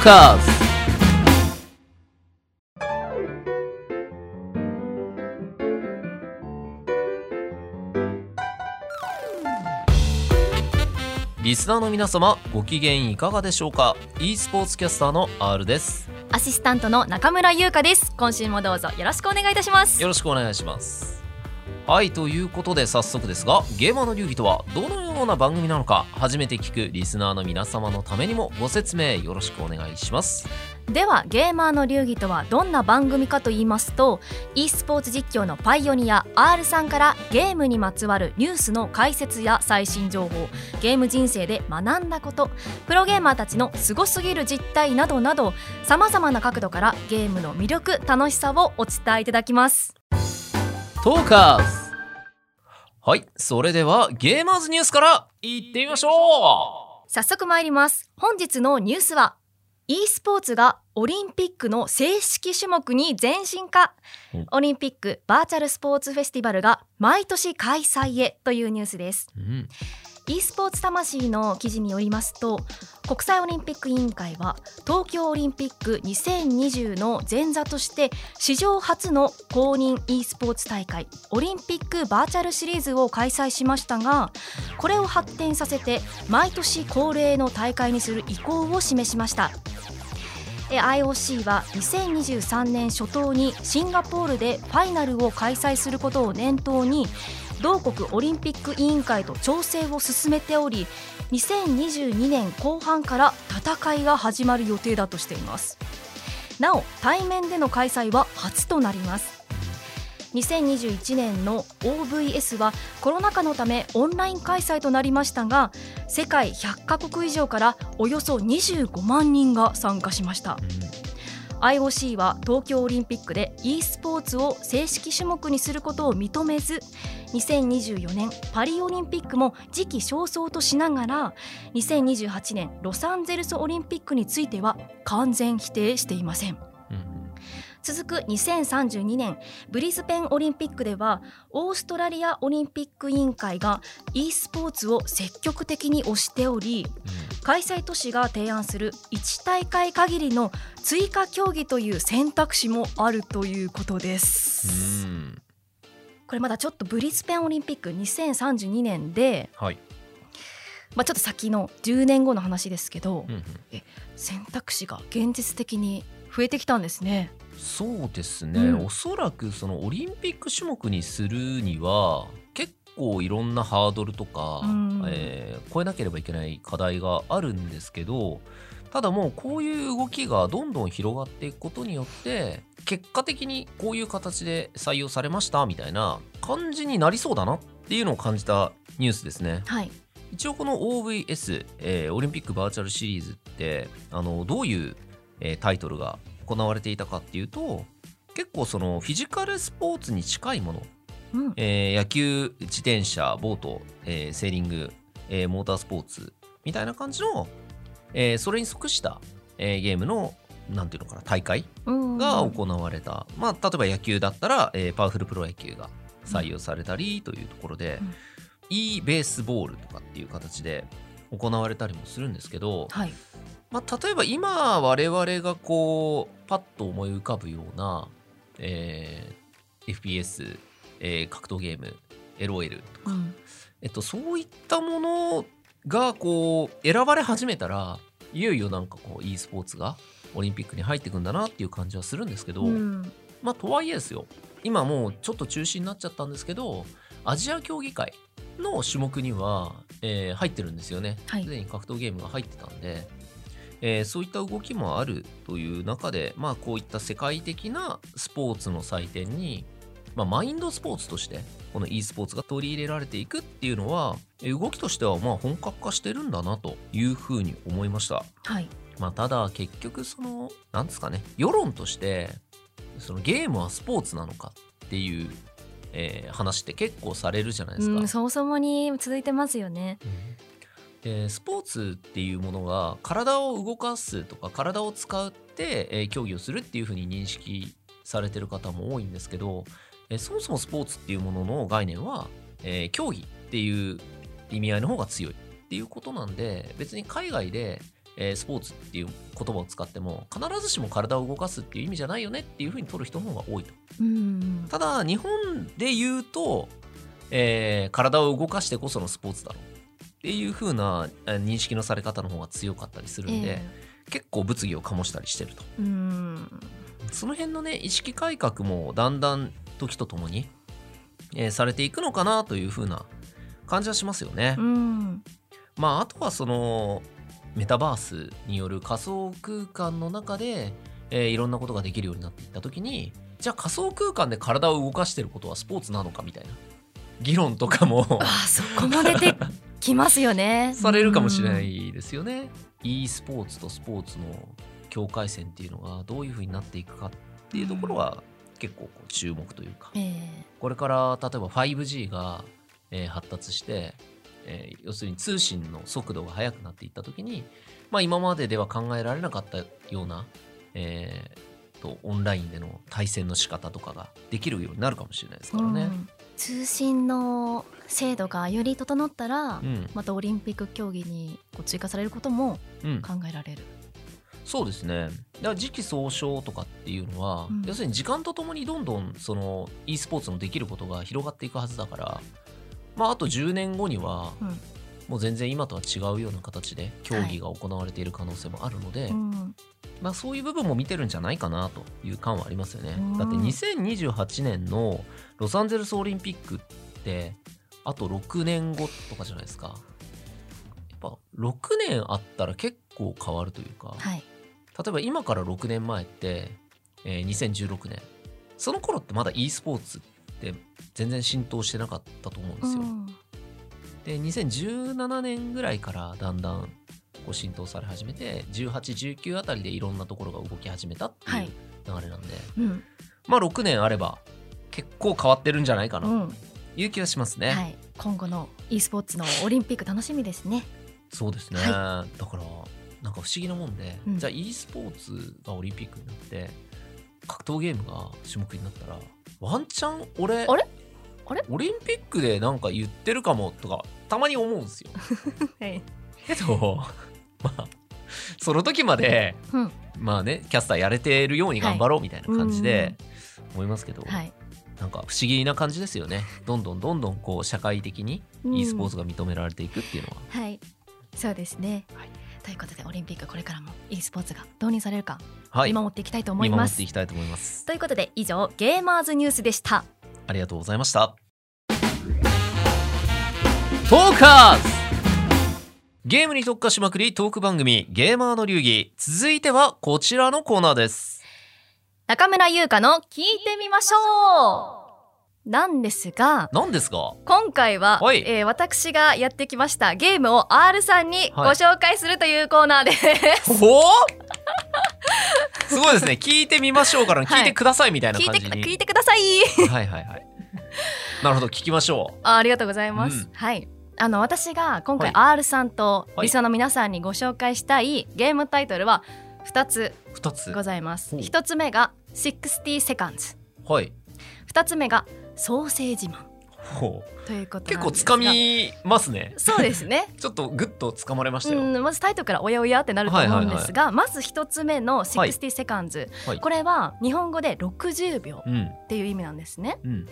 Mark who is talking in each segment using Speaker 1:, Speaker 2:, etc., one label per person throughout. Speaker 1: カーズリスナーの皆様ご機嫌いかがでしょうか e スポーツキャスターの R です
Speaker 2: アシスタントの中村優香です。今週もどうぞよろしくお願いいたします。
Speaker 1: よろしくお願いしますはいということで早速ですがゲーマーの流儀とはどのような番組なのか初めて聞くリスナーの皆様のためにもご説明よろしくお願いします
Speaker 2: では、ゲーマーの流儀とはどんな番組かと言いますと、e スポーツ実況のパイオニア R さんからゲームにまつわるニュースの解説や最新情報、ゲーム人生で学んだこと、プロゲーマーたちのすごすぎる実態などなど、さまざまな角度からゲームの魅力、楽しさをお伝えいただきます。
Speaker 1: トーカーズはいそれではゲーマーズニュースからいってみましょう
Speaker 2: 早速参ります。本日のニュースは、e スポーツがオリンピックの正式種目に前進化
Speaker 1: うん。
Speaker 2: オリンピックバーチャルスポーツフェスティバルが毎年開催へというニュースです。
Speaker 1: うん、
Speaker 2: e スポーツ魂の記事によりますと、国際オリンピック委員会は東京オリンピック2020の前座として史上初の公認 e スポーツ大会オリンピックバーチャルシリーズを開催しましたがこれを発展させて毎年恒例の大会にする意向を示しましたえ IOC は2023年初頭にシンガポールでファイナルを開催することを念頭に同国オリンピック委員会と調整を進めており2022年後半から戦いが始まる予定だとしていますなお対面での開催は初となります2021年の OVS はコロナ禍のためオンライン開催となりましたが世界100カ国以上からおよそ25万人が参加しました
Speaker 1: うん
Speaker 2: IOC は東京オリンピックで e スポーツを正式種目にすることを認めず2024年パリオリンピックも時期尚早としながら2028年ロサンゼルスオリンピックについては完全否定していません。
Speaker 1: うん
Speaker 2: 続く2032年ブリスペンオリンピックではオーストラリアオリンピック委員会が e スポーツを積極的に推しており開催都市が提案する1大会限りの追加競技という選択肢もあるということです。
Speaker 1: うんうん
Speaker 2: これまだちょっとブリスペンオリンピック2032年で、
Speaker 1: はい、
Speaker 2: まあ、ちょっと先の10年後の話ですけど、
Speaker 1: うんうん
Speaker 2: 選択肢が現実的に増えてきたんですね。
Speaker 1: そうですね、
Speaker 2: うん
Speaker 1: おそらくそのオリンピック種目にするには結構いろんなハードルとか、
Speaker 2: うん
Speaker 1: えー越えなければいけない課題があるんですけどただもうこういう動きがどんどん広がっていくことによって結果的にこういう形で採用されましたみたいな感じになりそうだなっていうのを感じたニュースですね。
Speaker 2: はい、
Speaker 1: 一応この OVS、えーオリンピックバーチャルシリーズってあのどういう、えータイトルが行われていたかっていうと結構そのフィジカルスポーツに近いもの、
Speaker 2: うん
Speaker 1: えー野球自転車ボート、えーセーリング、えーモータースポーツみたいな感じの、えーそれに即した、えーゲームのなんていうのかな大会
Speaker 2: うん
Speaker 1: が行われた、まあ、例えば野球だったら、えーパワフルプロ野球が採用されたりというところで、
Speaker 2: うん
Speaker 1: e ベースボールとかっていう形で行われたりもするんですけど、
Speaker 2: はい、
Speaker 1: まあ、例えば今我々がこうパッと思い浮かぶような、えー FPS、えー格闘ゲーム LOL とか、
Speaker 2: うん
Speaker 1: えっと、そういったものがこう選ばれ始めたらいよいよなんかこう e スポーツがオリンピックに入っていくんだなっていう感じはするんですけど、
Speaker 2: うん
Speaker 1: まあとはいえですよ今もうちょっと中止になっちゃったんですけどアジア競技会の種目には、えー入ってるんですよね
Speaker 2: はい
Speaker 1: すでに格闘ゲームが入ってたんで、えーそういった動きもあるという中で、まあ、こういった世界的なスポーツの祭典に、まあ、マインドスポーツとしてこの e スポーツが取り入れられていくっていうのはえー動きとしてはまあ本格化してるんだなというふうに思いました。
Speaker 2: はい
Speaker 1: まあ、ただ結局そのなんですかね世論としてそのゲームはスポーツなのかっていう、えー話って結構されるじゃないですか。
Speaker 2: うん、そもそもに続いてますよね。
Speaker 1: でスポーツっていうものが体を動かすとか体を使って、えー競技をするっていうふうに認識されてる方も多いんですけど、えーそもそもスポーツっていうものの概念は、えー競技っていう意味合いの方が強いっていうことなんで別に海外で、えースポーツっていう言葉を使っても必ずしも体を動かすっていう意味じゃないよねっていうふうに取る人の方が多いと
Speaker 2: うん
Speaker 1: ただ日本で言うと、えー体を動かしてこそのスポーツだろうっていうふうなえー認識のされ方の方が強かったりするんで、
Speaker 2: え
Speaker 1: 結構物議を醸したりしてると
Speaker 2: えうん
Speaker 1: その辺のね意識改革もだんだん時とともに、えーされていくのかなというふうな感じはしますよね。
Speaker 2: うん
Speaker 1: まあ、あとはそのメタバースによる仮想空間の中で、えーいろんなことができるようになっていった時にじゃあ仮想空間で体を動かしてることはスポーツなのかみたいな議論とかも
Speaker 2: あーそこも出てきますよね
Speaker 1: されるかもしれな
Speaker 2: うん
Speaker 1: いですよね。e スポーツとスポーツの境界線っていうのがどういうふうになっていくかっていうところは結構こう注目というか
Speaker 2: ええ
Speaker 1: これから例えば 5G が、えー発達して、えー要するに通信の速度が速くなっていった時に、まあ、今まででは考えられなかったような、えーとオンラインでの対戦の仕方とかができるようになるかもしれないですからね
Speaker 2: う。ん通信の制度がより整ったら、
Speaker 1: うん、
Speaker 2: またオリンピック競技にこう追加されることも
Speaker 1: うん、
Speaker 2: 考えられる。
Speaker 1: そうですねだから時期尚早とかっていうのは、
Speaker 2: うん
Speaker 1: 要するに時間とともにどんどんその e スポーツのできることが広がっていくはずだから、まあ、あと10年後には、
Speaker 2: うん
Speaker 1: もう全然今とは違うような形で競技が行われている可能性もあるので、
Speaker 2: うん
Speaker 1: まあ、そういう部分も見てるんじゃないかなという感はありますよね
Speaker 2: うん。
Speaker 1: だって2028年のロサンゼルスオリンピックってあと6年後とかじゃないですか。やっぱ6年あったら結構変わるというか。
Speaker 2: はい。
Speaker 1: 例えば今から6年前って、えー2016年その頃ってまだ e スポーツって全然浸透してなかったと思うんですよ、
Speaker 2: うん
Speaker 1: で2017年ぐらいからだんだんこう浸透され始めて1819あたりでいろんなところが動き始めたってい
Speaker 2: は
Speaker 1: う
Speaker 2: い
Speaker 1: 流れなんで、
Speaker 2: うん
Speaker 1: まあ6年あれば結構変わってるんじゃないかな
Speaker 2: う
Speaker 1: と
Speaker 2: ん
Speaker 1: いう気がしますね、
Speaker 2: はい。今後の e スポーツのオリンピック楽しみですね。
Speaker 1: そうですね、
Speaker 2: は
Speaker 1: だからなんか不思議なもんで、
Speaker 2: うん
Speaker 1: じゃあ e スポーツがオリンピックになって格闘ゲームが種目になったらワンチャン俺
Speaker 2: あれあれ
Speaker 1: オリンピックでなんか言ってるかもとかたまに思うんですよ
Speaker 2: はい。
Speaker 1: けど まあその時まで
Speaker 2: うん
Speaker 1: まあねキャスターやれてるように頑張ろうみたいな感じで思いますけど、
Speaker 2: はい。
Speaker 1: なんか不思議な感じですよねどんどんどんどんこう社会的に e スポーツが認められていくっていうのは、
Speaker 2: うん。はい。そうですね。
Speaker 1: はい
Speaker 2: ということでオリンピックこれからも e スポーツが導入されるか
Speaker 1: はい
Speaker 2: 見守っていきたいと思
Speaker 1: 見
Speaker 2: い
Speaker 1: 守
Speaker 2: ま
Speaker 1: っ
Speaker 2: す。
Speaker 1: ていきたいと思います
Speaker 2: ということで以上ゲーマーズニュースでした。
Speaker 1: ありがとうございました。トーカーズゲームに特化しまくりトーク番組ゲーマーの流儀。続いてはこちらのコーナーです。
Speaker 2: 中村優香の聞いてみましょうなんですが
Speaker 1: 何ですか
Speaker 2: 今回は、
Speaker 1: はい
Speaker 2: えー私がやってきましたゲームを R さんにご
Speaker 1: はい
Speaker 2: 紹介するというコーナーです、
Speaker 1: おすごいですね。聞いてみましょうからの
Speaker 2: はい
Speaker 1: 聞いてくださいみたいな
Speaker 2: 聞い
Speaker 1: 感
Speaker 2: て
Speaker 1: じ
Speaker 2: く
Speaker 1: に。
Speaker 2: 聞いてください
Speaker 1: はいはいはい。なるほど、聞きましょ
Speaker 2: あありがとうございます、
Speaker 1: うん
Speaker 2: はいあの私が今回
Speaker 1: は
Speaker 2: R さんと
Speaker 1: はい
Speaker 2: リスナーの皆さんにご紹介したいゲームタイトルは2つ
Speaker 1: う。二つ。
Speaker 2: ございます
Speaker 1: ほう
Speaker 2: 1つ目が60 seconds
Speaker 1: はい。
Speaker 2: 2つ目がソーセージマン
Speaker 1: ほう
Speaker 2: ということ
Speaker 1: 結
Speaker 2: なん
Speaker 1: 構
Speaker 2: です
Speaker 1: つ
Speaker 2: が
Speaker 1: かみますね。
Speaker 2: そうですね
Speaker 1: ちょっとグッとつかまれましたよ。
Speaker 2: うん、まずタイトルからおやおやってなると思うんですが、まず一つ目の
Speaker 1: はい
Speaker 2: 60 seconds、
Speaker 1: はい
Speaker 2: これは日本語で60秒
Speaker 1: うん
Speaker 2: っていう意味なんですね
Speaker 1: うん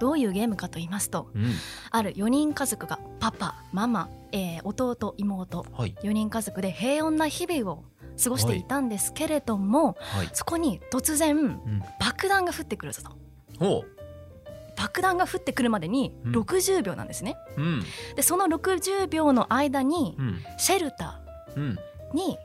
Speaker 2: どういうゲームかと言いますと
Speaker 1: うん。
Speaker 2: ある4人家族がパパママ、えー弟妹
Speaker 1: はい
Speaker 2: 4人家族で平穏な日々を過ごしていたんですけれども、
Speaker 1: はい。
Speaker 2: そこに突然
Speaker 1: うん
Speaker 2: 爆弾が降ってくるぞと
Speaker 1: ほ
Speaker 2: 爆弾が降ってくるまでに
Speaker 1: うん
Speaker 2: 60秒なんですね、
Speaker 1: う。うん
Speaker 2: でその60秒の間に
Speaker 1: うん
Speaker 2: シェルタ
Speaker 1: うん。
Speaker 2: ーに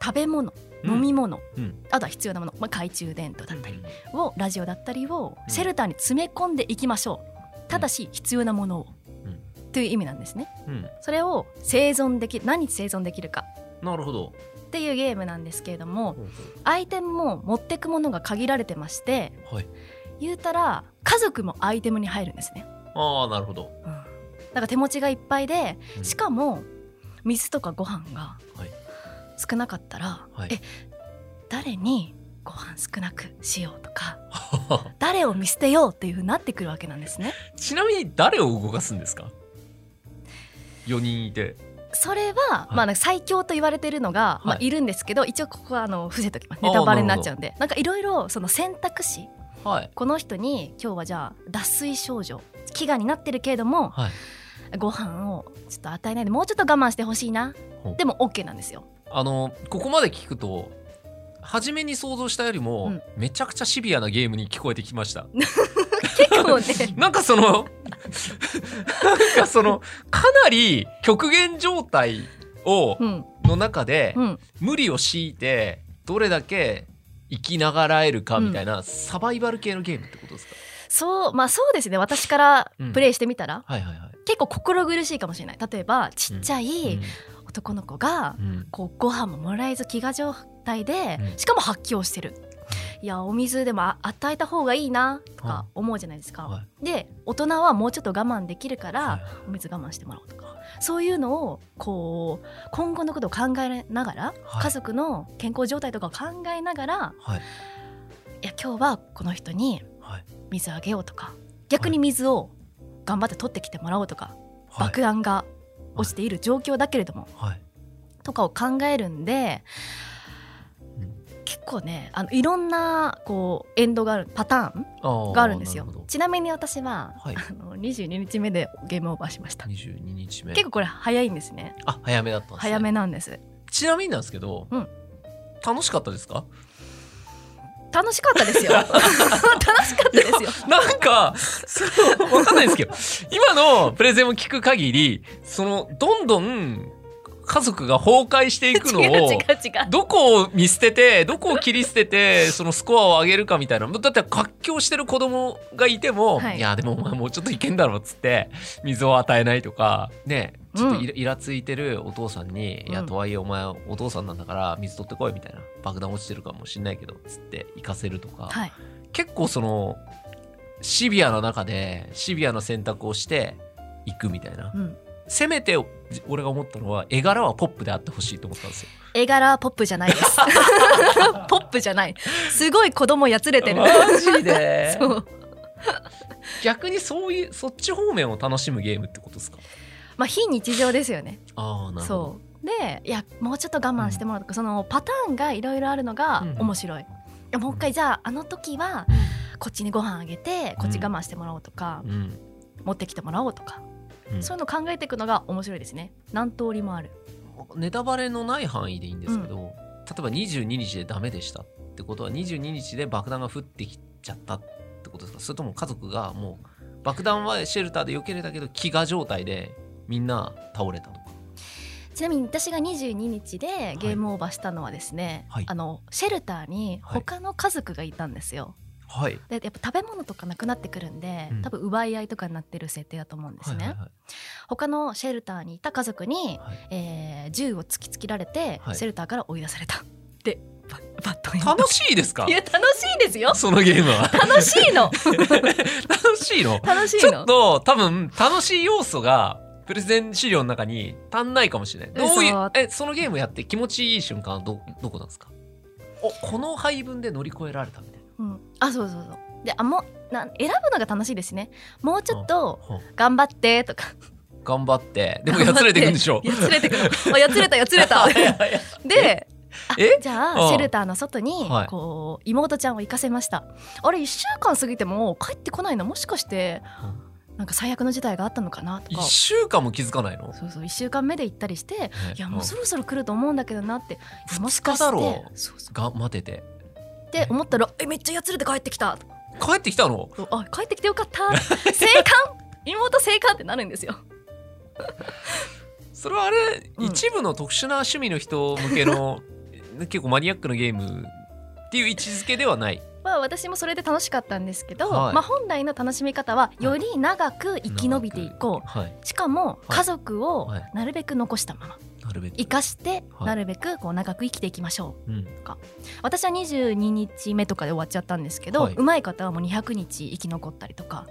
Speaker 2: 食べ物
Speaker 1: うん
Speaker 2: 飲み物、
Speaker 1: うん
Speaker 2: あとは必要なもの、まあ、懐中電灯だったり
Speaker 1: うん
Speaker 2: をラジオだったりを
Speaker 1: うん
Speaker 2: シェルターに詰め込んでいきましょうただし必要なものを、
Speaker 1: うん
Speaker 2: という意味なんですね
Speaker 1: うん、
Speaker 2: それを生存できる何に生存できるか
Speaker 1: なるほど。
Speaker 2: っていうゲームなんですけれどもアイテムも持ってくものが限られてまして
Speaker 1: はい。
Speaker 2: 言うたら家族もアイテムに入るんですね、
Speaker 1: ああ、なるほど。
Speaker 2: うん、だから手持ちがいっぱいで
Speaker 1: うん
Speaker 2: しかも水とかご飯が
Speaker 1: はい
Speaker 2: 少なかったら、
Speaker 1: はい
Speaker 2: え誰にご飯少なくしようとか誰を見捨てようっていうふうになってくるわけなんですね。
Speaker 1: ちなみに誰を動かすんですか ?4 人いて。
Speaker 2: それは、
Speaker 1: い
Speaker 2: まあ、なんか最強と言われてるのが、まあ
Speaker 1: は、い
Speaker 2: いるんですけど一応ここはあの伏せときます
Speaker 1: あー
Speaker 2: ネタバレになっちゃうんでなんかいろいろその選択肢
Speaker 1: はい
Speaker 2: この人に今日はじゃあ脱水症状飢餓になってるけれども
Speaker 1: はい
Speaker 2: ご飯をちょっと与えないでもうちょっと我慢してほしいな
Speaker 1: ほう
Speaker 2: でも OK なんですよ
Speaker 1: あのここまで聞くと初めに想像したよりも、
Speaker 2: うん
Speaker 1: めちゃくちゃシビアなゲームに聞こえてきました
Speaker 2: 結構ね
Speaker 1: なんかその なんかそのかなり極限状態を
Speaker 2: うん
Speaker 1: の中で、
Speaker 2: うん
Speaker 1: 無理を強いてどれだけ生きながらえるかみたいな、サバイバル系のゲームってことですか
Speaker 2: そうまあそうですね私からプレイしてみたら、
Speaker 1: はいはいはい、
Speaker 2: 結構心苦しいかもしれない例えばちっちゃい男の子が
Speaker 1: うんうん
Speaker 2: こうご飯ももらえず飢餓状態で
Speaker 1: うん
Speaker 2: しかも発狂してるいやお水でもあ与えた方がいいなとか
Speaker 1: は
Speaker 2: 思うじゃないですか、
Speaker 1: は
Speaker 2: で大人はもうちょっと我慢できるから、
Speaker 1: はいはい
Speaker 2: お水我慢してもらおうとかそういうのをこう今後のことを考えながら、
Speaker 1: はい
Speaker 2: 家族の健康状態とかを考えながら
Speaker 1: はい
Speaker 2: いや今日はこの人に
Speaker 1: はい
Speaker 2: 水あげようとか逆に水を頑張って取ってきてもらおうとか、
Speaker 1: はい
Speaker 2: 爆弾が落ちている状況だけれども、
Speaker 1: はい
Speaker 2: とかを考えるんで、
Speaker 1: うん
Speaker 2: 結構ねあのいろんなこうエンドがあるパターン
Speaker 1: ー
Speaker 2: があるんですよ
Speaker 1: なるほど
Speaker 2: ちなみに私は、
Speaker 1: はい
Speaker 2: あの22日目でゲームオーバーしました
Speaker 1: 22日目
Speaker 2: 結構これ早いんですね
Speaker 1: あ早めだったんです、ね、
Speaker 2: 早めなんです
Speaker 1: ちなみになんですけど、
Speaker 2: うん
Speaker 1: 楽しかったですか
Speaker 2: 楽しかった ですよ楽しかったですよ
Speaker 1: なんか、そう、わかんないですけ ど、今のプレゼンを聞く限り、その、どんどん家族が崩壊していくの
Speaker 2: 違う違う違
Speaker 1: を
Speaker 2: う、
Speaker 1: どこを見捨てて、どこを切り捨てて、そのスコアを上げるかみたいな。だって、活況してる子供がいても、
Speaker 2: はい
Speaker 1: い、や、でもお前もうちょっといけんだろ、っつって、水を与えないとか、ね、ちょっとイラ,、イラついてるお父さんに、いや、
Speaker 2: うん
Speaker 1: とはいえお前お父さんなんだから、水取ってこい、みたいな。爆弾落ちてるかもしんないけど、つって、行かせるとか。
Speaker 2: はい
Speaker 1: 結構そのシビアな中でシビアな選択をしていくみたいな、
Speaker 2: うん
Speaker 1: せめてじ俺が思ったのは絵柄はポップであってほしいと思ったんですよ
Speaker 2: 絵柄はポップじゃないです ポップじゃないすごい子供やつ れてる
Speaker 1: マジ で
Speaker 2: そう
Speaker 1: 逆にそういうそっち方面を楽しむゲームってことですか
Speaker 2: まあ非日常ですよね
Speaker 1: ああなるほど
Speaker 2: そうでいやもうちょっと我慢してもらうとか、そのパターンがいろいろあるのが
Speaker 1: うん
Speaker 2: 面白い、いやもう一回じゃああの時はこっちにご飯あげてこっち我慢してもらおうとか
Speaker 1: う、んうん
Speaker 2: 持ってきてもらおうとか、
Speaker 1: うん
Speaker 2: そういうの考えていくのが面白いですね何通りもある
Speaker 1: ネタバレのない範囲でいいんですけど、例えば22日でダメでしたってことは22日で爆弾が降ってきちゃったってことですかそれとも家族がもう爆弾はシェルターで避けれたけど飢餓状態でみんな倒れたとか
Speaker 2: ちなみに私が22日でゲームオーバーしたのはですね、
Speaker 1: はい
Speaker 2: あのシェルターに他の家族がいたんですよ、
Speaker 1: はい
Speaker 2: でやっぱ食べ物とかなくなってくるんで、
Speaker 1: うん
Speaker 2: 多分奪い合いとかになってる設定だと思うんですね、
Speaker 1: はいはい
Speaker 2: 他のシェルターにいた家族に
Speaker 1: はい
Speaker 2: えー銃を突きつけられて、
Speaker 1: はい
Speaker 2: シェルターから追い出されたでババッドエンド
Speaker 1: はい楽しいですか
Speaker 2: いや楽しいですよ
Speaker 1: そのゲームは
Speaker 2: 楽しいの
Speaker 1: 楽しいの
Speaker 2: 楽しい
Speaker 1: ちょっ
Speaker 2: の
Speaker 1: と多分楽しい要素がプレゼン資料の中に足んないかもしれない。どういう
Speaker 2: 嘘
Speaker 1: えそのゲームやって気持ちいい瞬間はどどこなんですかおこの配分で乗り越えられたみたい
Speaker 2: うん、あそうそうそうであもうなん選ぶのが楽しいですねもうちょっと
Speaker 1: な。
Speaker 2: 頑張っ てとか
Speaker 1: 頑張ってでもやつれてくんでしょ
Speaker 2: やつれてくのあやつれたやつ れた
Speaker 1: はいはいはい
Speaker 2: であ
Speaker 1: え
Speaker 2: じゃ
Speaker 1: う
Speaker 2: あ
Speaker 1: ん
Speaker 2: シェルターの外に
Speaker 1: はい
Speaker 2: こう妹ちゃんを行かせましたあれ1週間過ぎても帰ってこないのもしかしてなんか最悪の事態があったのかなと
Speaker 1: 一
Speaker 2: か
Speaker 1: 週間も気づかないの、
Speaker 2: そうそう1週間目で行ったりしていやもう
Speaker 1: そ
Speaker 2: そろそろ来ると思うんだけどなって
Speaker 1: 二日
Speaker 2: もしかして
Speaker 1: だろう
Speaker 2: そうそう
Speaker 1: が待てて
Speaker 2: って思ったらえめっちゃやつれて帰ってきた
Speaker 1: 帰ってきたの
Speaker 2: とあ帰ってきてよかった 生還妹生還ってなるんですよ
Speaker 1: それはあれ、
Speaker 2: うん
Speaker 1: 一部の特殊な趣味の人向けの 結構マニアックなゲームっていう位置づけではない
Speaker 2: まあ私もそれで楽しかったんですけど、
Speaker 1: はい
Speaker 2: まあ本来の楽しみ方はより長く生き延びていこ
Speaker 1: はいう
Speaker 2: しかも
Speaker 1: い
Speaker 2: 家族を
Speaker 1: はい
Speaker 2: なるべく残したまま
Speaker 1: なるべく
Speaker 2: 生かして
Speaker 1: はい
Speaker 2: なるべくこう長く生きていきましょう
Speaker 1: うん
Speaker 2: 私は22日目とかで終わっちゃったんですけど、
Speaker 1: はいう
Speaker 2: まい方はもう200日生き残ったりとか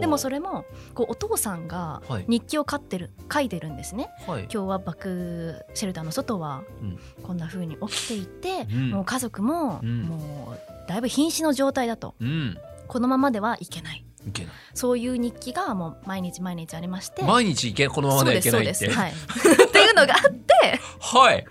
Speaker 2: でもそ
Speaker 1: れ、
Speaker 2: れもこうお父さんが
Speaker 1: はい
Speaker 2: 日記を書ってる書いてるんですね
Speaker 1: はい、
Speaker 2: 今日は爆シェルターの外は
Speaker 1: うん
Speaker 2: こんな風に起きていて、
Speaker 1: うん
Speaker 2: もう家族も、
Speaker 1: うん
Speaker 2: もうだいぶ瀕死の状態だと
Speaker 1: うん
Speaker 2: このままではいけない
Speaker 1: いけない
Speaker 2: そういう日記がもう毎日毎日ありまして
Speaker 1: 毎日いけこのままではいけないって
Speaker 2: そうですそうです、はい、っていう いうのがあって
Speaker 1: はい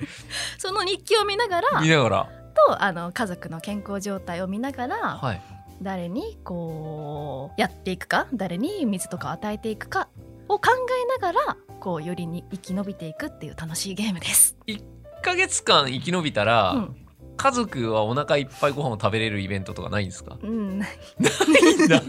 Speaker 2: その日記を見ながら
Speaker 1: 見ながら
Speaker 2: とあの家族の健康状態を見ながら
Speaker 1: はい
Speaker 2: 誰にこうやっていくか誰に水とか与えていくかを考えながらこうよりに生き延びていくっていう楽しいゲームです。
Speaker 1: 1ヶ月間生き延びたら、
Speaker 2: うん
Speaker 1: 家族はお腹いっぱいご飯を食べれるイベントとかないんですか
Speaker 2: うん、
Speaker 1: ないんだ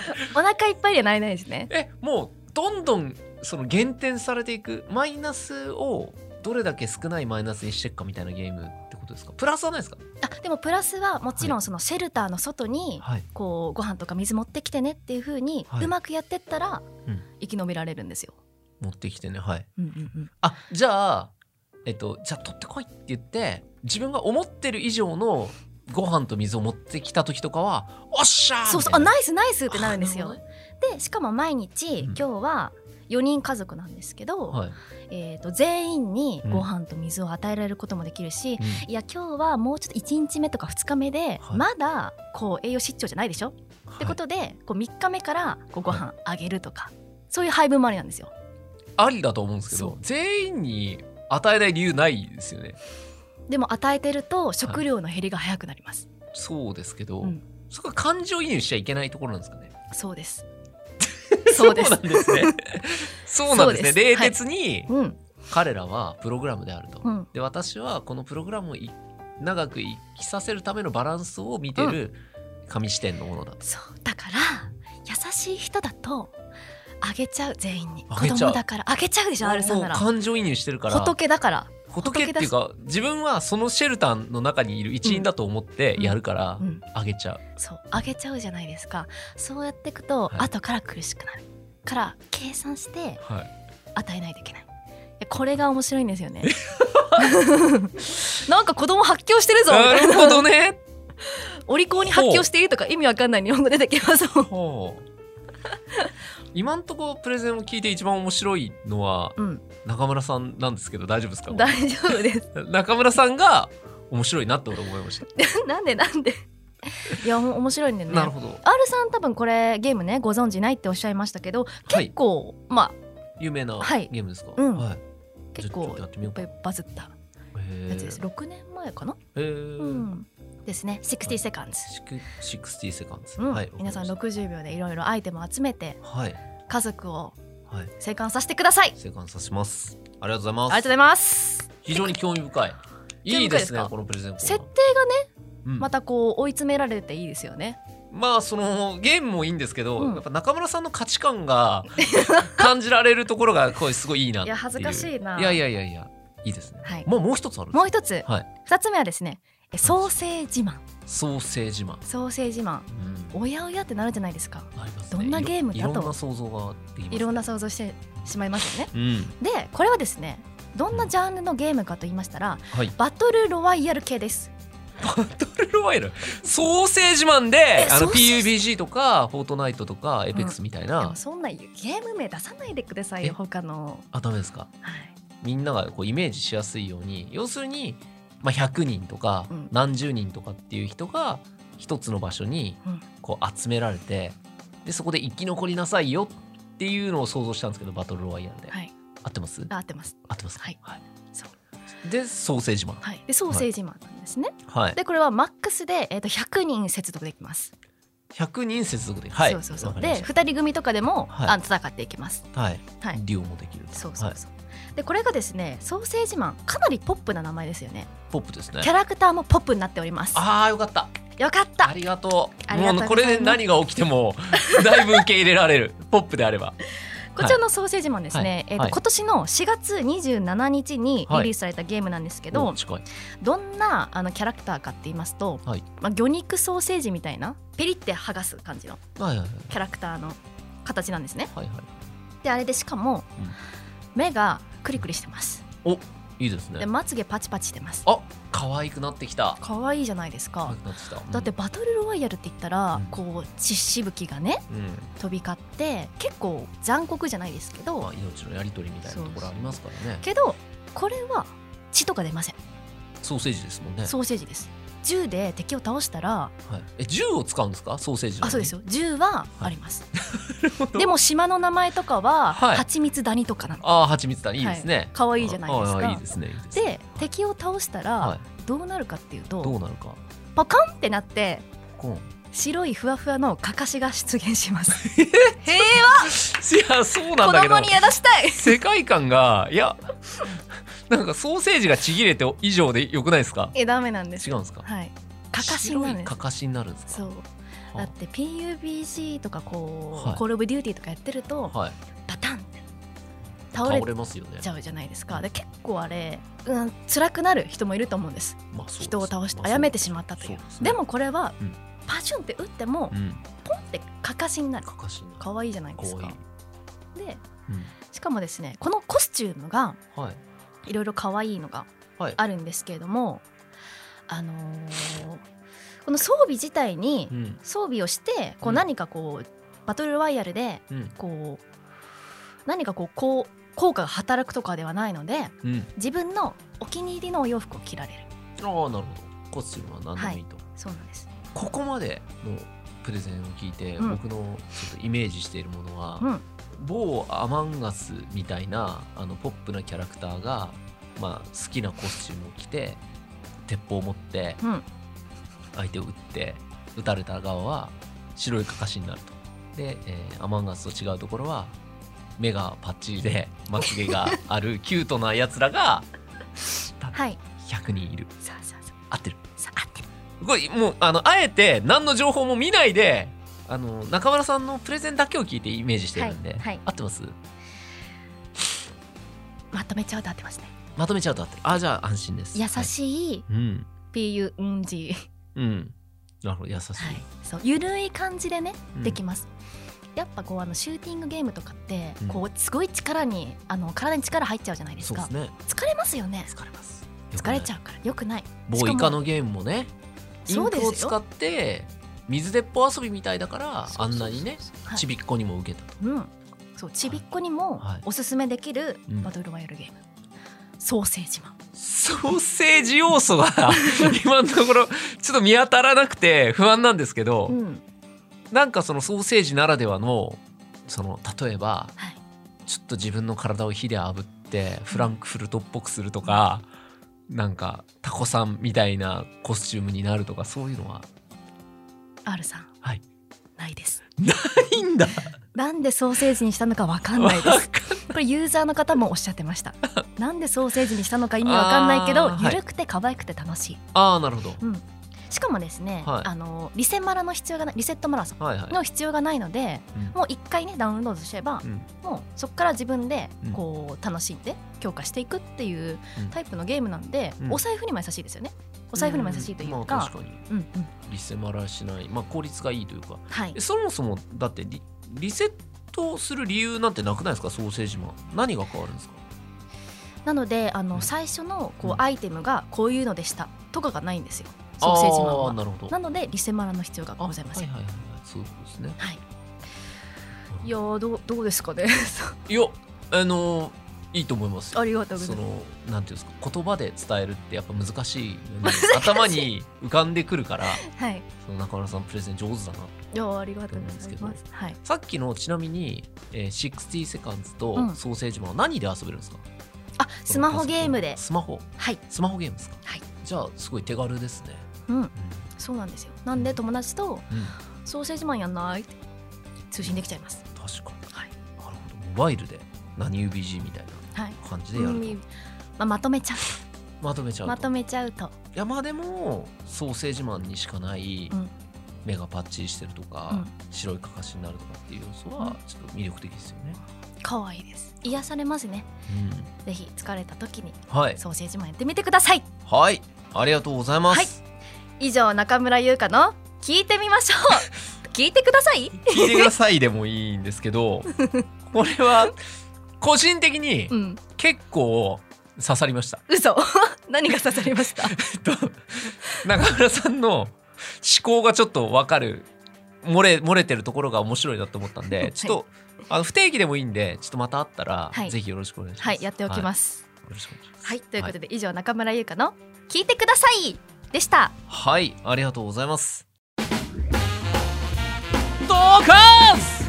Speaker 2: お腹いっぱいでなれないですね。
Speaker 1: えもうどんどんその減点されていくマイナスをどれだけ少ないマイナスにしていくかみたいなゲームってことですかプラスはないですか
Speaker 2: あでもプラスはもちろ
Speaker 1: は
Speaker 2: んそのシェルターの外に
Speaker 1: はい
Speaker 2: こうご飯とか水持ってきてねっていう風に
Speaker 1: はいう
Speaker 2: まくやってったら
Speaker 1: うん
Speaker 2: 生き延びられるんですよ。
Speaker 1: 持ってきてねはい
Speaker 2: うんうんうん
Speaker 1: あじゃあえっとじゃあ取ってこいって言って自分が思ってる以上のご飯と水を持ってきた時とかはおっしゃー
Speaker 2: そうそうあ
Speaker 1: みたい
Speaker 2: ナイスナイスってなるんです
Speaker 1: あ
Speaker 2: よ。
Speaker 1: るほどね
Speaker 2: でしかも毎日、
Speaker 1: うん
Speaker 2: 今日は4人家族なんですけど、
Speaker 1: はい
Speaker 2: えー、と全員に
Speaker 1: うん
Speaker 2: ご飯と水を与えられることもできるし、
Speaker 1: うん
Speaker 2: いや今日はもうちょっと1日目とか2日目で、
Speaker 1: はい
Speaker 2: まだこう栄養失調じゃないでしょ、ってこ
Speaker 1: はい
Speaker 2: とでこう3日目からこうご飯あげるとか、そういう配分もありなんですよ。
Speaker 1: ありだと思うんですけ
Speaker 2: そ
Speaker 1: ど
Speaker 2: う
Speaker 1: 全員に与えない理由ないですよね
Speaker 2: でも与えてると食料の減りが早くなります。
Speaker 1: そうですけど、
Speaker 2: うん
Speaker 1: そこは感情移入しちゃいけないところなんですかね
Speaker 2: そうです。そ うです
Speaker 1: なんです ねそうなんですね
Speaker 2: そうです
Speaker 1: 冷徹に
Speaker 2: うん、
Speaker 1: 彼らはプログラムであると、
Speaker 2: うん、
Speaker 1: で私はこのプログラムをい長く生きさせるためのバランスを見てる紙視点のものだと、
Speaker 2: そうだから優しい人だとあげちゃう全員に
Speaker 1: あげ
Speaker 2: 子
Speaker 1: ちゃう
Speaker 2: 供だからあげちゃうでしょ R さんなら
Speaker 1: もう感情移入してるから
Speaker 2: 仏だから
Speaker 1: 仏っていうか自分はそのシェルターの中にいる一員だと思ってやるから
Speaker 2: うん
Speaker 1: あげちゃう、
Speaker 2: そうあげちゃうじゃないですかそうやっていくと、
Speaker 1: はい
Speaker 2: 後から苦しくなるから計算して
Speaker 1: はい
Speaker 2: 与えないといけないいやこれが面白いんですよね なんか子供発狂してるぞみ
Speaker 1: な
Speaker 2: たい
Speaker 1: る
Speaker 2: な
Speaker 1: ほどね
Speaker 2: お利口に発狂しているとか意味わかんない日本語出てきますもん
Speaker 1: ほう今んとこプレゼンを聞いて一番面白いのは
Speaker 2: うん
Speaker 1: 中村さんなんですけど大丈夫ですか
Speaker 2: 大丈夫です
Speaker 1: 中村さんが面白いなって俺思いました、
Speaker 2: なんでなんでいやおも面白いんだよね
Speaker 1: なるほど
Speaker 2: R さん多分これゲームねご存知ないっておっしゃいましたけど
Speaker 1: はい
Speaker 2: 結構、ま
Speaker 1: 有名な
Speaker 2: はい
Speaker 1: ゲームですか、
Speaker 2: うん
Speaker 1: はい
Speaker 2: あ
Speaker 1: じゃあちょ
Speaker 2: 結
Speaker 1: っ
Speaker 2: 構
Speaker 1: と
Speaker 2: や
Speaker 1: や
Speaker 2: っ
Speaker 1: ってみよう
Speaker 2: ぱ
Speaker 1: か
Speaker 2: りバズった
Speaker 1: へ
Speaker 2: やつです
Speaker 1: ー
Speaker 2: 6年前かな、
Speaker 1: へ
Speaker 2: う
Speaker 1: ー
Speaker 2: ん、ですね60 seconds
Speaker 1: シク60セカンズ、
Speaker 2: うん
Speaker 1: はい
Speaker 2: 皆さん
Speaker 1: わか
Speaker 2: 60秒でいろいろアイテムを集めて
Speaker 1: りましたはい
Speaker 2: 家族を
Speaker 1: はい
Speaker 2: 生還させてくださいあり
Speaker 1: 生還させますありがとうございます
Speaker 2: がとうございます
Speaker 1: 非常に興味深い
Speaker 2: 興
Speaker 1: いい
Speaker 2: 味深
Speaker 1: で
Speaker 2: いですすか
Speaker 1: ねこのプレゼンコーナー
Speaker 2: 設定が
Speaker 1: うん
Speaker 2: またこう追い詰められていいですよね
Speaker 1: まあそのゲームもいいんですけど、
Speaker 2: うん
Speaker 1: やっぱ中村さんの価値観 が感じられるところがこうすごいいいなっていう
Speaker 2: いや恥ずかしいない
Speaker 1: やいやいやいやいいですね、
Speaker 2: はい
Speaker 1: もうもう一つあるんです
Speaker 2: もう一つ
Speaker 1: かはい
Speaker 2: 二つ目はですねえソーセージマン
Speaker 1: ソーセージマン、
Speaker 2: ソーセージマン
Speaker 1: うん
Speaker 2: おやおやってなるじゃないですか
Speaker 1: ありますね
Speaker 2: どんなゲームだと
Speaker 1: いろいろんな想像ができます
Speaker 2: いろんな想像してしまいますよね
Speaker 1: うん
Speaker 2: でこれはですねどんなジャンルのゲームかと言いましたら
Speaker 1: はい
Speaker 2: バトルロワイヤル系です
Speaker 1: バトルロワイヤルソーセージマンであの
Speaker 2: ソーセー
Speaker 1: PUBG とかフォートナイトとかエペックスみたい
Speaker 2: で
Speaker 1: な、
Speaker 2: もそんなゲーム名出さないでください
Speaker 1: え
Speaker 2: よ他の
Speaker 1: あダメですか
Speaker 2: はい
Speaker 1: みんながこうイメージしやすいように要するに、まあ、100人とか
Speaker 2: うん
Speaker 1: 何十人とかっていう人が一つの場所に
Speaker 2: うん
Speaker 1: こう集められてでそこで生き残りなさいよっていうのを想像したんですけどバトルロワイヤルで、
Speaker 2: はい
Speaker 1: 合ってます
Speaker 2: あ合ってます
Speaker 1: 合ってますか
Speaker 2: はいそ
Speaker 1: でソーセージマン
Speaker 2: はいでソーセージマンなんですね
Speaker 1: はい
Speaker 2: でこれはマックスで、えー、と100人接続できます。
Speaker 1: 100人接続ではい
Speaker 2: そうそうそう
Speaker 1: わかりま
Speaker 2: で
Speaker 1: した
Speaker 2: 2人組とかでも、
Speaker 1: はい
Speaker 2: あの戦っていきます。
Speaker 1: はい、
Speaker 2: はい
Speaker 1: デュオもできると
Speaker 2: そうそう
Speaker 1: はい、
Speaker 2: そうでこれがですねソーセージマンかなりポップな名前ですよね
Speaker 1: ポップですね
Speaker 2: キャラクターもポップになっております
Speaker 1: あーよかった
Speaker 2: よかっ
Speaker 1: あ
Speaker 2: た
Speaker 1: りがとう
Speaker 2: ありがとう
Speaker 1: もう
Speaker 2: ご
Speaker 1: こ
Speaker 2: ざいます
Speaker 1: れで何が起きても だいぶ受け入れられるポップであれば
Speaker 2: こちらのソーセージマンですね、
Speaker 1: はい
Speaker 2: えーと
Speaker 1: はい
Speaker 2: 今年の4月27日にリリースされたゲームなんですけど、
Speaker 1: お近い
Speaker 2: どんなあのキャラクターかって言いますと、
Speaker 1: はい
Speaker 2: まあ、魚肉ソーセージみたいなペリって剥がす感じの
Speaker 1: はいはい
Speaker 2: キャラクターの形なんですね
Speaker 1: はいは
Speaker 2: であれでしかも、
Speaker 1: うん
Speaker 2: 目がクリクリしてます
Speaker 1: いいいです
Speaker 2: で
Speaker 1: ね
Speaker 2: まつげパチパチしてます
Speaker 1: あ可愛くなってきた
Speaker 2: 可愛いじゃないです
Speaker 1: 可
Speaker 2: か
Speaker 1: 愛くなってきた
Speaker 2: だってバトルロワイヤルって言ったら、
Speaker 1: うん
Speaker 2: こう血しぶきがね
Speaker 1: うん、うん
Speaker 2: 飛び交って結構残酷じゃないですけど、
Speaker 1: まあ、命のやり取りみたいなところありますからね
Speaker 2: けどこれは血とか出ません
Speaker 1: ソーセージですもんね
Speaker 2: ソーセージです銃で敵を倒したら
Speaker 1: はい、え銃を使うんですかソーセージの
Speaker 2: あそうです
Speaker 1: よ
Speaker 2: よ銃はあります、
Speaker 1: ど
Speaker 2: でも島の名前とかは
Speaker 1: はい
Speaker 2: 蜂蜜ダニとかなの
Speaker 1: ああ蜂蜜だいいですね
Speaker 2: 可愛いじゃないです
Speaker 1: ああいい
Speaker 2: か
Speaker 1: ですねいいですね
Speaker 2: で敵を倒した
Speaker 1: は
Speaker 2: ら
Speaker 1: い
Speaker 2: どうなるかっていうと
Speaker 1: どうなるか
Speaker 2: パカンってなって
Speaker 1: コーン
Speaker 2: 白いふわふわのかかしが出現します平
Speaker 1: いやそうな
Speaker 2: 和
Speaker 1: んだ
Speaker 2: 子
Speaker 1: けど
Speaker 2: 供にやらしたい
Speaker 1: 世界観がいやなんかソーセージがちぎれて以上でよくないですか
Speaker 2: えダメなんです
Speaker 1: 違うんですか
Speaker 2: はいかかしにな
Speaker 1: 白
Speaker 2: るんで
Speaker 1: い
Speaker 2: す
Speaker 1: かかしになるんですか
Speaker 2: そうだって PUBG とかこう、
Speaker 1: はい
Speaker 2: コール・オブ・デューティーとかやってると
Speaker 1: はい
Speaker 2: バタンって倒
Speaker 1: 倒
Speaker 2: れ
Speaker 1: れますよね
Speaker 2: ちゃうじゃないですかで結構あれ、うん、辛くなる人もいると思うんです
Speaker 1: まあそうです
Speaker 2: 人を倒して
Speaker 1: まあ
Speaker 2: 殺めてしまったという,、
Speaker 1: そう
Speaker 2: で
Speaker 1: ですね
Speaker 2: もこれは、
Speaker 1: うん
Speaker 2: パシュンって打っても、
Speaker 1: うん
Speaker 2: ポンってかかしになる
Speaker 1: かかしになる
Speaker 2: 可愛いじゃないで
Speaker 1: か
Speaker 2: す
Speaker 1: わ
Speaker 2: か
Speaker 1: いい
Speaker 2: で
Speaker 1: うん
Speaker 2: しかもですねこのコスチュームが
Speaker 1: はい
Speaker 2: いろいろ可愛いのが
Speaker 1: はい
Speaker 2: あるんですけれども、あのーこの装備自体に
Speaker 1: うん
Speaker 2: 装備をしてこ
Speaker 1: う
Speaker 2: うん何かこう、バトルロワイヤルで
Speaker 1: うん
Speaker 2: こう何かこうこう効果が働くとかではないので
Speaker 1: うん
Speaker 2: 自分のお気に入りのお洋服を着られる
Speaker 1: ああなるほどコスチュームは何でもいいと
Speaker 2: そうなんです、
Speaker 1: ここまでのプレゼンを聞いて、
Speaker 2: うん
Speaker 1: 僕のちょっとイメージしているものは、
Speaker 2: うん
Speaker 1: 某アマンガスみたいなあのポップなキャラクターが、まあ、好きなコスチュームを着て鉄砲を持って
Speaker 2: うん、
Speaker 1: 相手を撃って撃たれた側は白いかかしになると。で、えーアマンガスと違うところは目がパッチリでまつげがあるキュートなやつらが
Speaker 2: はい
Speaker 1: 100人いる
Speaker 2: さあさあさ
Speaker 1: 合ってる
Speaker 2: あさあ合ってる
Speaker 1: これもうあのあえて何の情報も見ないであの中村さんのプレゼンだけを聞いてイメージしてるんで、
Speaker 2: はいはい
Speaker 1: 合ってます
Speaker 2: まとめちゃうと合ってますね
Speaker 1: まとめちゃうと合ってるあじゃあ安心です
Speaker 2: 優しい
Speaker 1: はいうん
Speaker 2: PUNG
Speaker 1: うんなるほど優しい、
Speaker 2: はいそうゆるい感じでね
Speaker 1: うん
Speaker 2: できます、やっぱこうあのシューティングゲームとかって、
Speaker 1: うん
Speaker 2: こうすごい力にあの体に力入っちゃうじゃないです
Speaker 1: そう
Speaker 2: か
Speaker 1: ですね
Speaker 2: 疲れますよね
Speaker 1: 疲れます
Speaker 2: 疲れち
Speaker 1: う
Speaker 2: ゃうからよくない
Speaker 1: 棒イカのゲームもねイ
Speaker 2: そ
Speaker 1: ン
Speaker 2: うで
Speaker 1: クを
Speaker 2: す
Speaker 1: 使
Speaker 2: よ
Speaker 1: って水鉄砲遊びみたいだからあんなにね
Speaker 2: そうそうそうはい
Speaker 1: ちびっこにも受けたと
Speaker 2: うんそうちびっこにも
Speaker 1: はい
Speaker 2: おすすめできる
Speaker 1: うん
Speaker 2: バトルロワイヤルゲーム、ソーセージマン
Speaker 1: ソーセージ要素が 今のところちょっと見当たらなくて不安なんですけど、
Speaker 2: うん
Speaker 1: なんかそのソーセージならではのその例えば
Speaker 2: はい
Speaker 1: ちょっと自分の体を火で炙ってフランクフルトっぽくするとかなんかタコさんみたいなコスチュームになるとかそういうのは
Speaker 2: R さん
Speaker 1: はい
Speaker 2: ないです
Speaker 1: いいんだ
Speaker 2: なんでソーセージにしたのかわか ん
Speaker 1: わ
Speaker 2: ないです
Speaker 1: か
Speaker 2: これユーザーの方もおっしゃってましたなんでソーセージにしたのか意味わかんないけど
Speaker 1: あーはい
Speaker 2: ゆるくて可愛くて楽しい、
Speaker 1: ああなるほど
Speaker 2: うん、しかもですね、
Speaker 1: はい
Speaker 2: あのリセマラの必要がないリセットマラソ
Speaker 1: はいは
Speaker 2: ン
Speaker 1: い
Speaker 2: の必要がないので、
Speaker 1: うん
Speaker 2: もう一回ねダウンロードすれば、
Speaker 1: うん
Speaker 2: もうそこから自分で
Speaker 1: うん
Speaker 2: こう楽しんで強化していくっていう
Speaker 1: うん
Speaker 2: タイプのゲームなんで、
Speaker 1: うん
Speaker 2: お財布にも優しいですよねお財布にも優しいとい
Speaker 1: ま
Speaker 2: う
Speaker 1: あ
Speaker 2: か
Speaker 1: 確、かに
Speaker 2: うんうん
Speaker 1: リセマラしないまあ効率がいいというか
Speaker 2: はい
Speaker 1: えそもそもだってリリセットする理由なんてなくないですかソーセージマン何が変わるんですか
Speaker 2: なのであ
Speaker 1: うん
Speaker 2: の最初の
Speaker 1: う
Speaker 2: こ
Speaker 1: ん
Speaker 2: うアイテムがこういうのでしたとかがないんですよソーセージマン
Speaker 1: あ
Speaker 2: は
Speaker 1: なるほど
Speaker 2: なのでリセマラの必要がございません
Speaker 1: あはいはいはいはいそういうことですね
Speaker 2: はい。いやーどうどうですかね。
Speaker 1: いやあのいいと思いますよ
Speaker 2: ありがとうござ
Speaker 1: そ
Speaker 2: いま
Speaker 1: のなんていうんですか言葉で伝えるってやっぱ難しいよね 頭に浮かんでくるから
Speaker 2: す。はい。
Speaker 1: その中村さんプレゼン上手だない
Speaker 2: やーありがとうござい
Speaker 1: と思うん
Speaker 2: ま。
Speaker 1: です
Speaker 2: はい。
Speaker 1: さっきのちなみに、えー、60セカンズと
Speaker 2: うん
Speaker 1: ソーセージマンは何で遊べるんですか、
Speaker 2: あスマホゲームで。
Speaker 1: スマホ
Speaker 2: はい。
Speaker 1: スマホゲームですか
Speaker 2: はい
Speaker 1: じゃあすごい手軽ですね
Speaker 2: うん。そうなんですよ。なんで友達と
Speaker 1: うん、うん、
Speaker 2: ソーセージマンやんないって通信できちゃいます。
Speaker 1: 確かに
Speaker 2: はい。
Speaker 1: なるほどモバイルで何 UBG みたい
Speaker 2: はい。
Speaker 1: な感じでや
Speaker 2: う
Speaker 1: る
Speaker 2: ん
Speaker 1: と、
Speaker 2: まあまとめちゃ
Speaker 1: まとめちゃ
Speaker 2: う
Speaker 1: う
Speaker 2: ま
Speaker 1: と
Speaker 2: とめちゃうと。
Speaker 1: 山でもソーセージマンにしかない
Speaker 2: うん
Speaker 1: 目がパッチリしてるとか、
Speaker 2: うん
Speaker 1: 白いかかしになるとかっていう要素はちょっと魅力的ですよね。
Speaker 2: 可愛いです。癒されますね。
Speaker 1: うん
Speaker 2: ぜひ疲れた時に
Speaker 1: はい、
Speaker 2: ソーセージマンやってみてください。
Speaker 1: はい、ありがとうございます。
Speaker 2: 以上中村優香の聞いてみましょ う。聞いてください。
Speaker 1: 聞いてくださいでもいいんですけ どこれは個人的に
Speaker 2: うん。
Speaker 1: 結構刺さりました。
Speaker 2: 嘘。 何が刺さりました。
Speaker 1: えっと 中村さんの思考がちょっと分かる漏れ漏れてるところが面白いなと思ったんでちょっと、あの不定期でもいいんでちょっとまたあったら、
Speaker 2: はい
Speaker 1: ぜひよろしくお願いします。。
Speaker 2: はいやっておきますす。
Speaker 1: よろしくお願いします
Speaker 2: はい、ということで、以上中村優香の聞いてください。でした
Speaker 1: はいありがとうございます
Speaker 3: ドカンス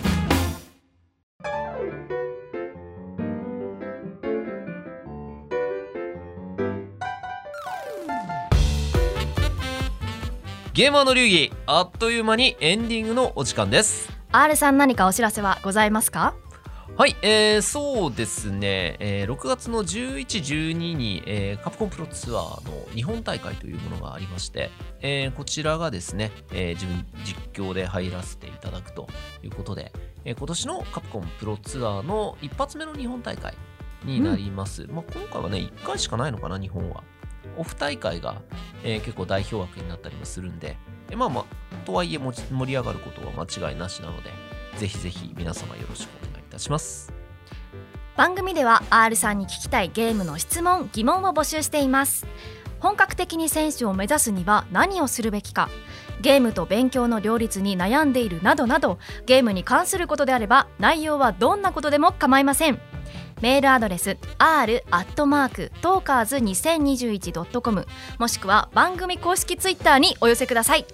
Speaker 1: ゲーマーの流儀あっという間にエンディングのお時間です
Speaker 2: R さん何かお知らせはございますか
Speaker 1: はい、えー、そうですね、えー6月の11、12に、えーカプコンプロツアーの日本大会というものがありまして、えーこちらがですね、えー自分実況で入らせていただくということで、えー今年のカプコンプロツアーの一発目の日本大会になります。まあ、今回はね、1回しかないのかな、日本は。オフ大会が、えー結構代表枠になったりもするんで、えーまあまあ、とはいえもち盛り上がることは間違いなしなので、ぜひぜひ皆様よろしくお願いいたします。
Speaker 2: 番組では R さんに聞きたいゲームの質問疑問を募集しています本格的に選手を目指すには何をするべきかゲームと勉強の両立に悩んでいるなどなどゲームに関することであれば内容はどんなことでも構いませんメールアドレス r アットマークトーカーズ二千二十一ドットコムもしくは番組公式ツイッターにお寄せください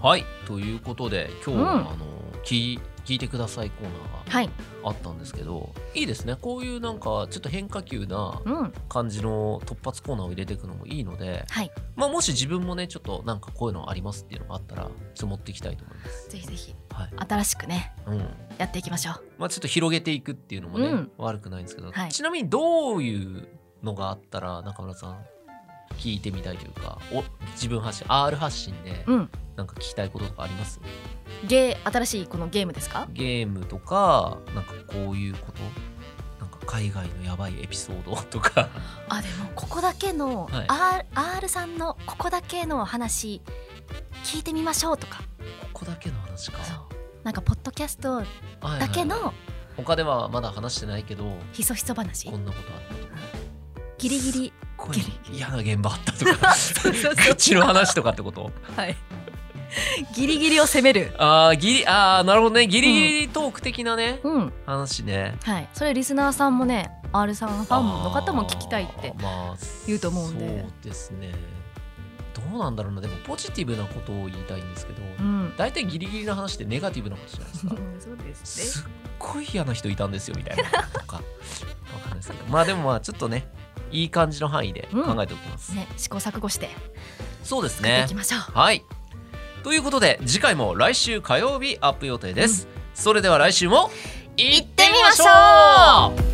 Speaker 1: はい、ということで今日は、
Speaker 2: うん
Speaker 1: あの聞い聞いてくださいコーナー
Speaker 2: はい、
Speaker 1: があったんですけどいいですねこういうなんかちょっと変化球な
Speaker 2: うん、
Speaker 1: 感じの突発コーナーを入れていくのもいいので、
Speaker 2: はい、
Speaker 1: まあ、もし自分もねちょっとなんかこういうのありますっていうのがあったらちょっと持っていきたいと思います。
Speaker 2: ぜひぜひ
Speaker 1: はい
Speaker 2: 新しくね
Speaker 1: うん
Speaker 2: やっていきましょう
Speaker 1: まあ、ちょっと広げていくっていうのもね、
Speaker 2: うん
Speaker 1: 悪くないんですけど、
Speaker 2: はい
Speaker 1: ちなみにどういうのがあったら中村さん聞いてみたいというかお自分発信 R 発信で
Speaker 2: うん
Speaker 1: なんか聞きたいこととかあります、
Speaker 2: ゲー新しいこのゲームですか
Speaker 1: ゲームとかなんかこういうことなんか海外のやばいエピソードとか
Speaker 2: あでもここだけの、
Speaker 1: はい
Speaker 2: R, R さんのここだけの話聞いてみましょうとか
Speaker 1: ここだけの話か
Speaker 2: そうなんかポッドキャスト
Speaker 1: はいはい
Speaker 2: だけの
Speaker 1: 他ではまだ話してないけど
Speaker 2: ひそひそ話
Speaker 1: こんなことあったとか
Speaker 2: ギリギリ
Speaker 1: こ
Speaker 2: ギ
Speaker 1: ういう嫌な現場あったとか
Speaker 2: そうそ う
Speaker 1: こっちの話とかってこと
Speaker 2: はい ギリギリを攻める
Speaker 1: あーギリあーなるほどねギリギリトーク的なね、
Speaker 2: うん
Speaker 1: 話ね
Speaker 2: はいそれリスナーさんもね R さんファンの方も聞きたいっ
Speaker 1: あ
Speaker 2: て
Speaker 1: ーまあ、
Speaker 2: 言うと思うんで
Speaker 1: そうですねどうなんだろうなでもポジティブなことを言いたいんですけど、
Speaker 2: うん
Speaker 1: 大体ギリギリの話ってネガティブなことじゃないですか
Speaker 2: そうですね
Speaker 1: すっごい嫌な人いたんですよみたいなとかわかんないですけどまあでもまあちょっとねいい感じの範囲で考えておきます、
Speaker 2: ね試行錯誤して
Speaker 1: そうです
Speaker 2: やって
Speaker 1: ね
Speaker 2: いきましょう、
Speaker 1: はいということで次回も来週火曜日アップ予定です、それでは来週も行ってみましょう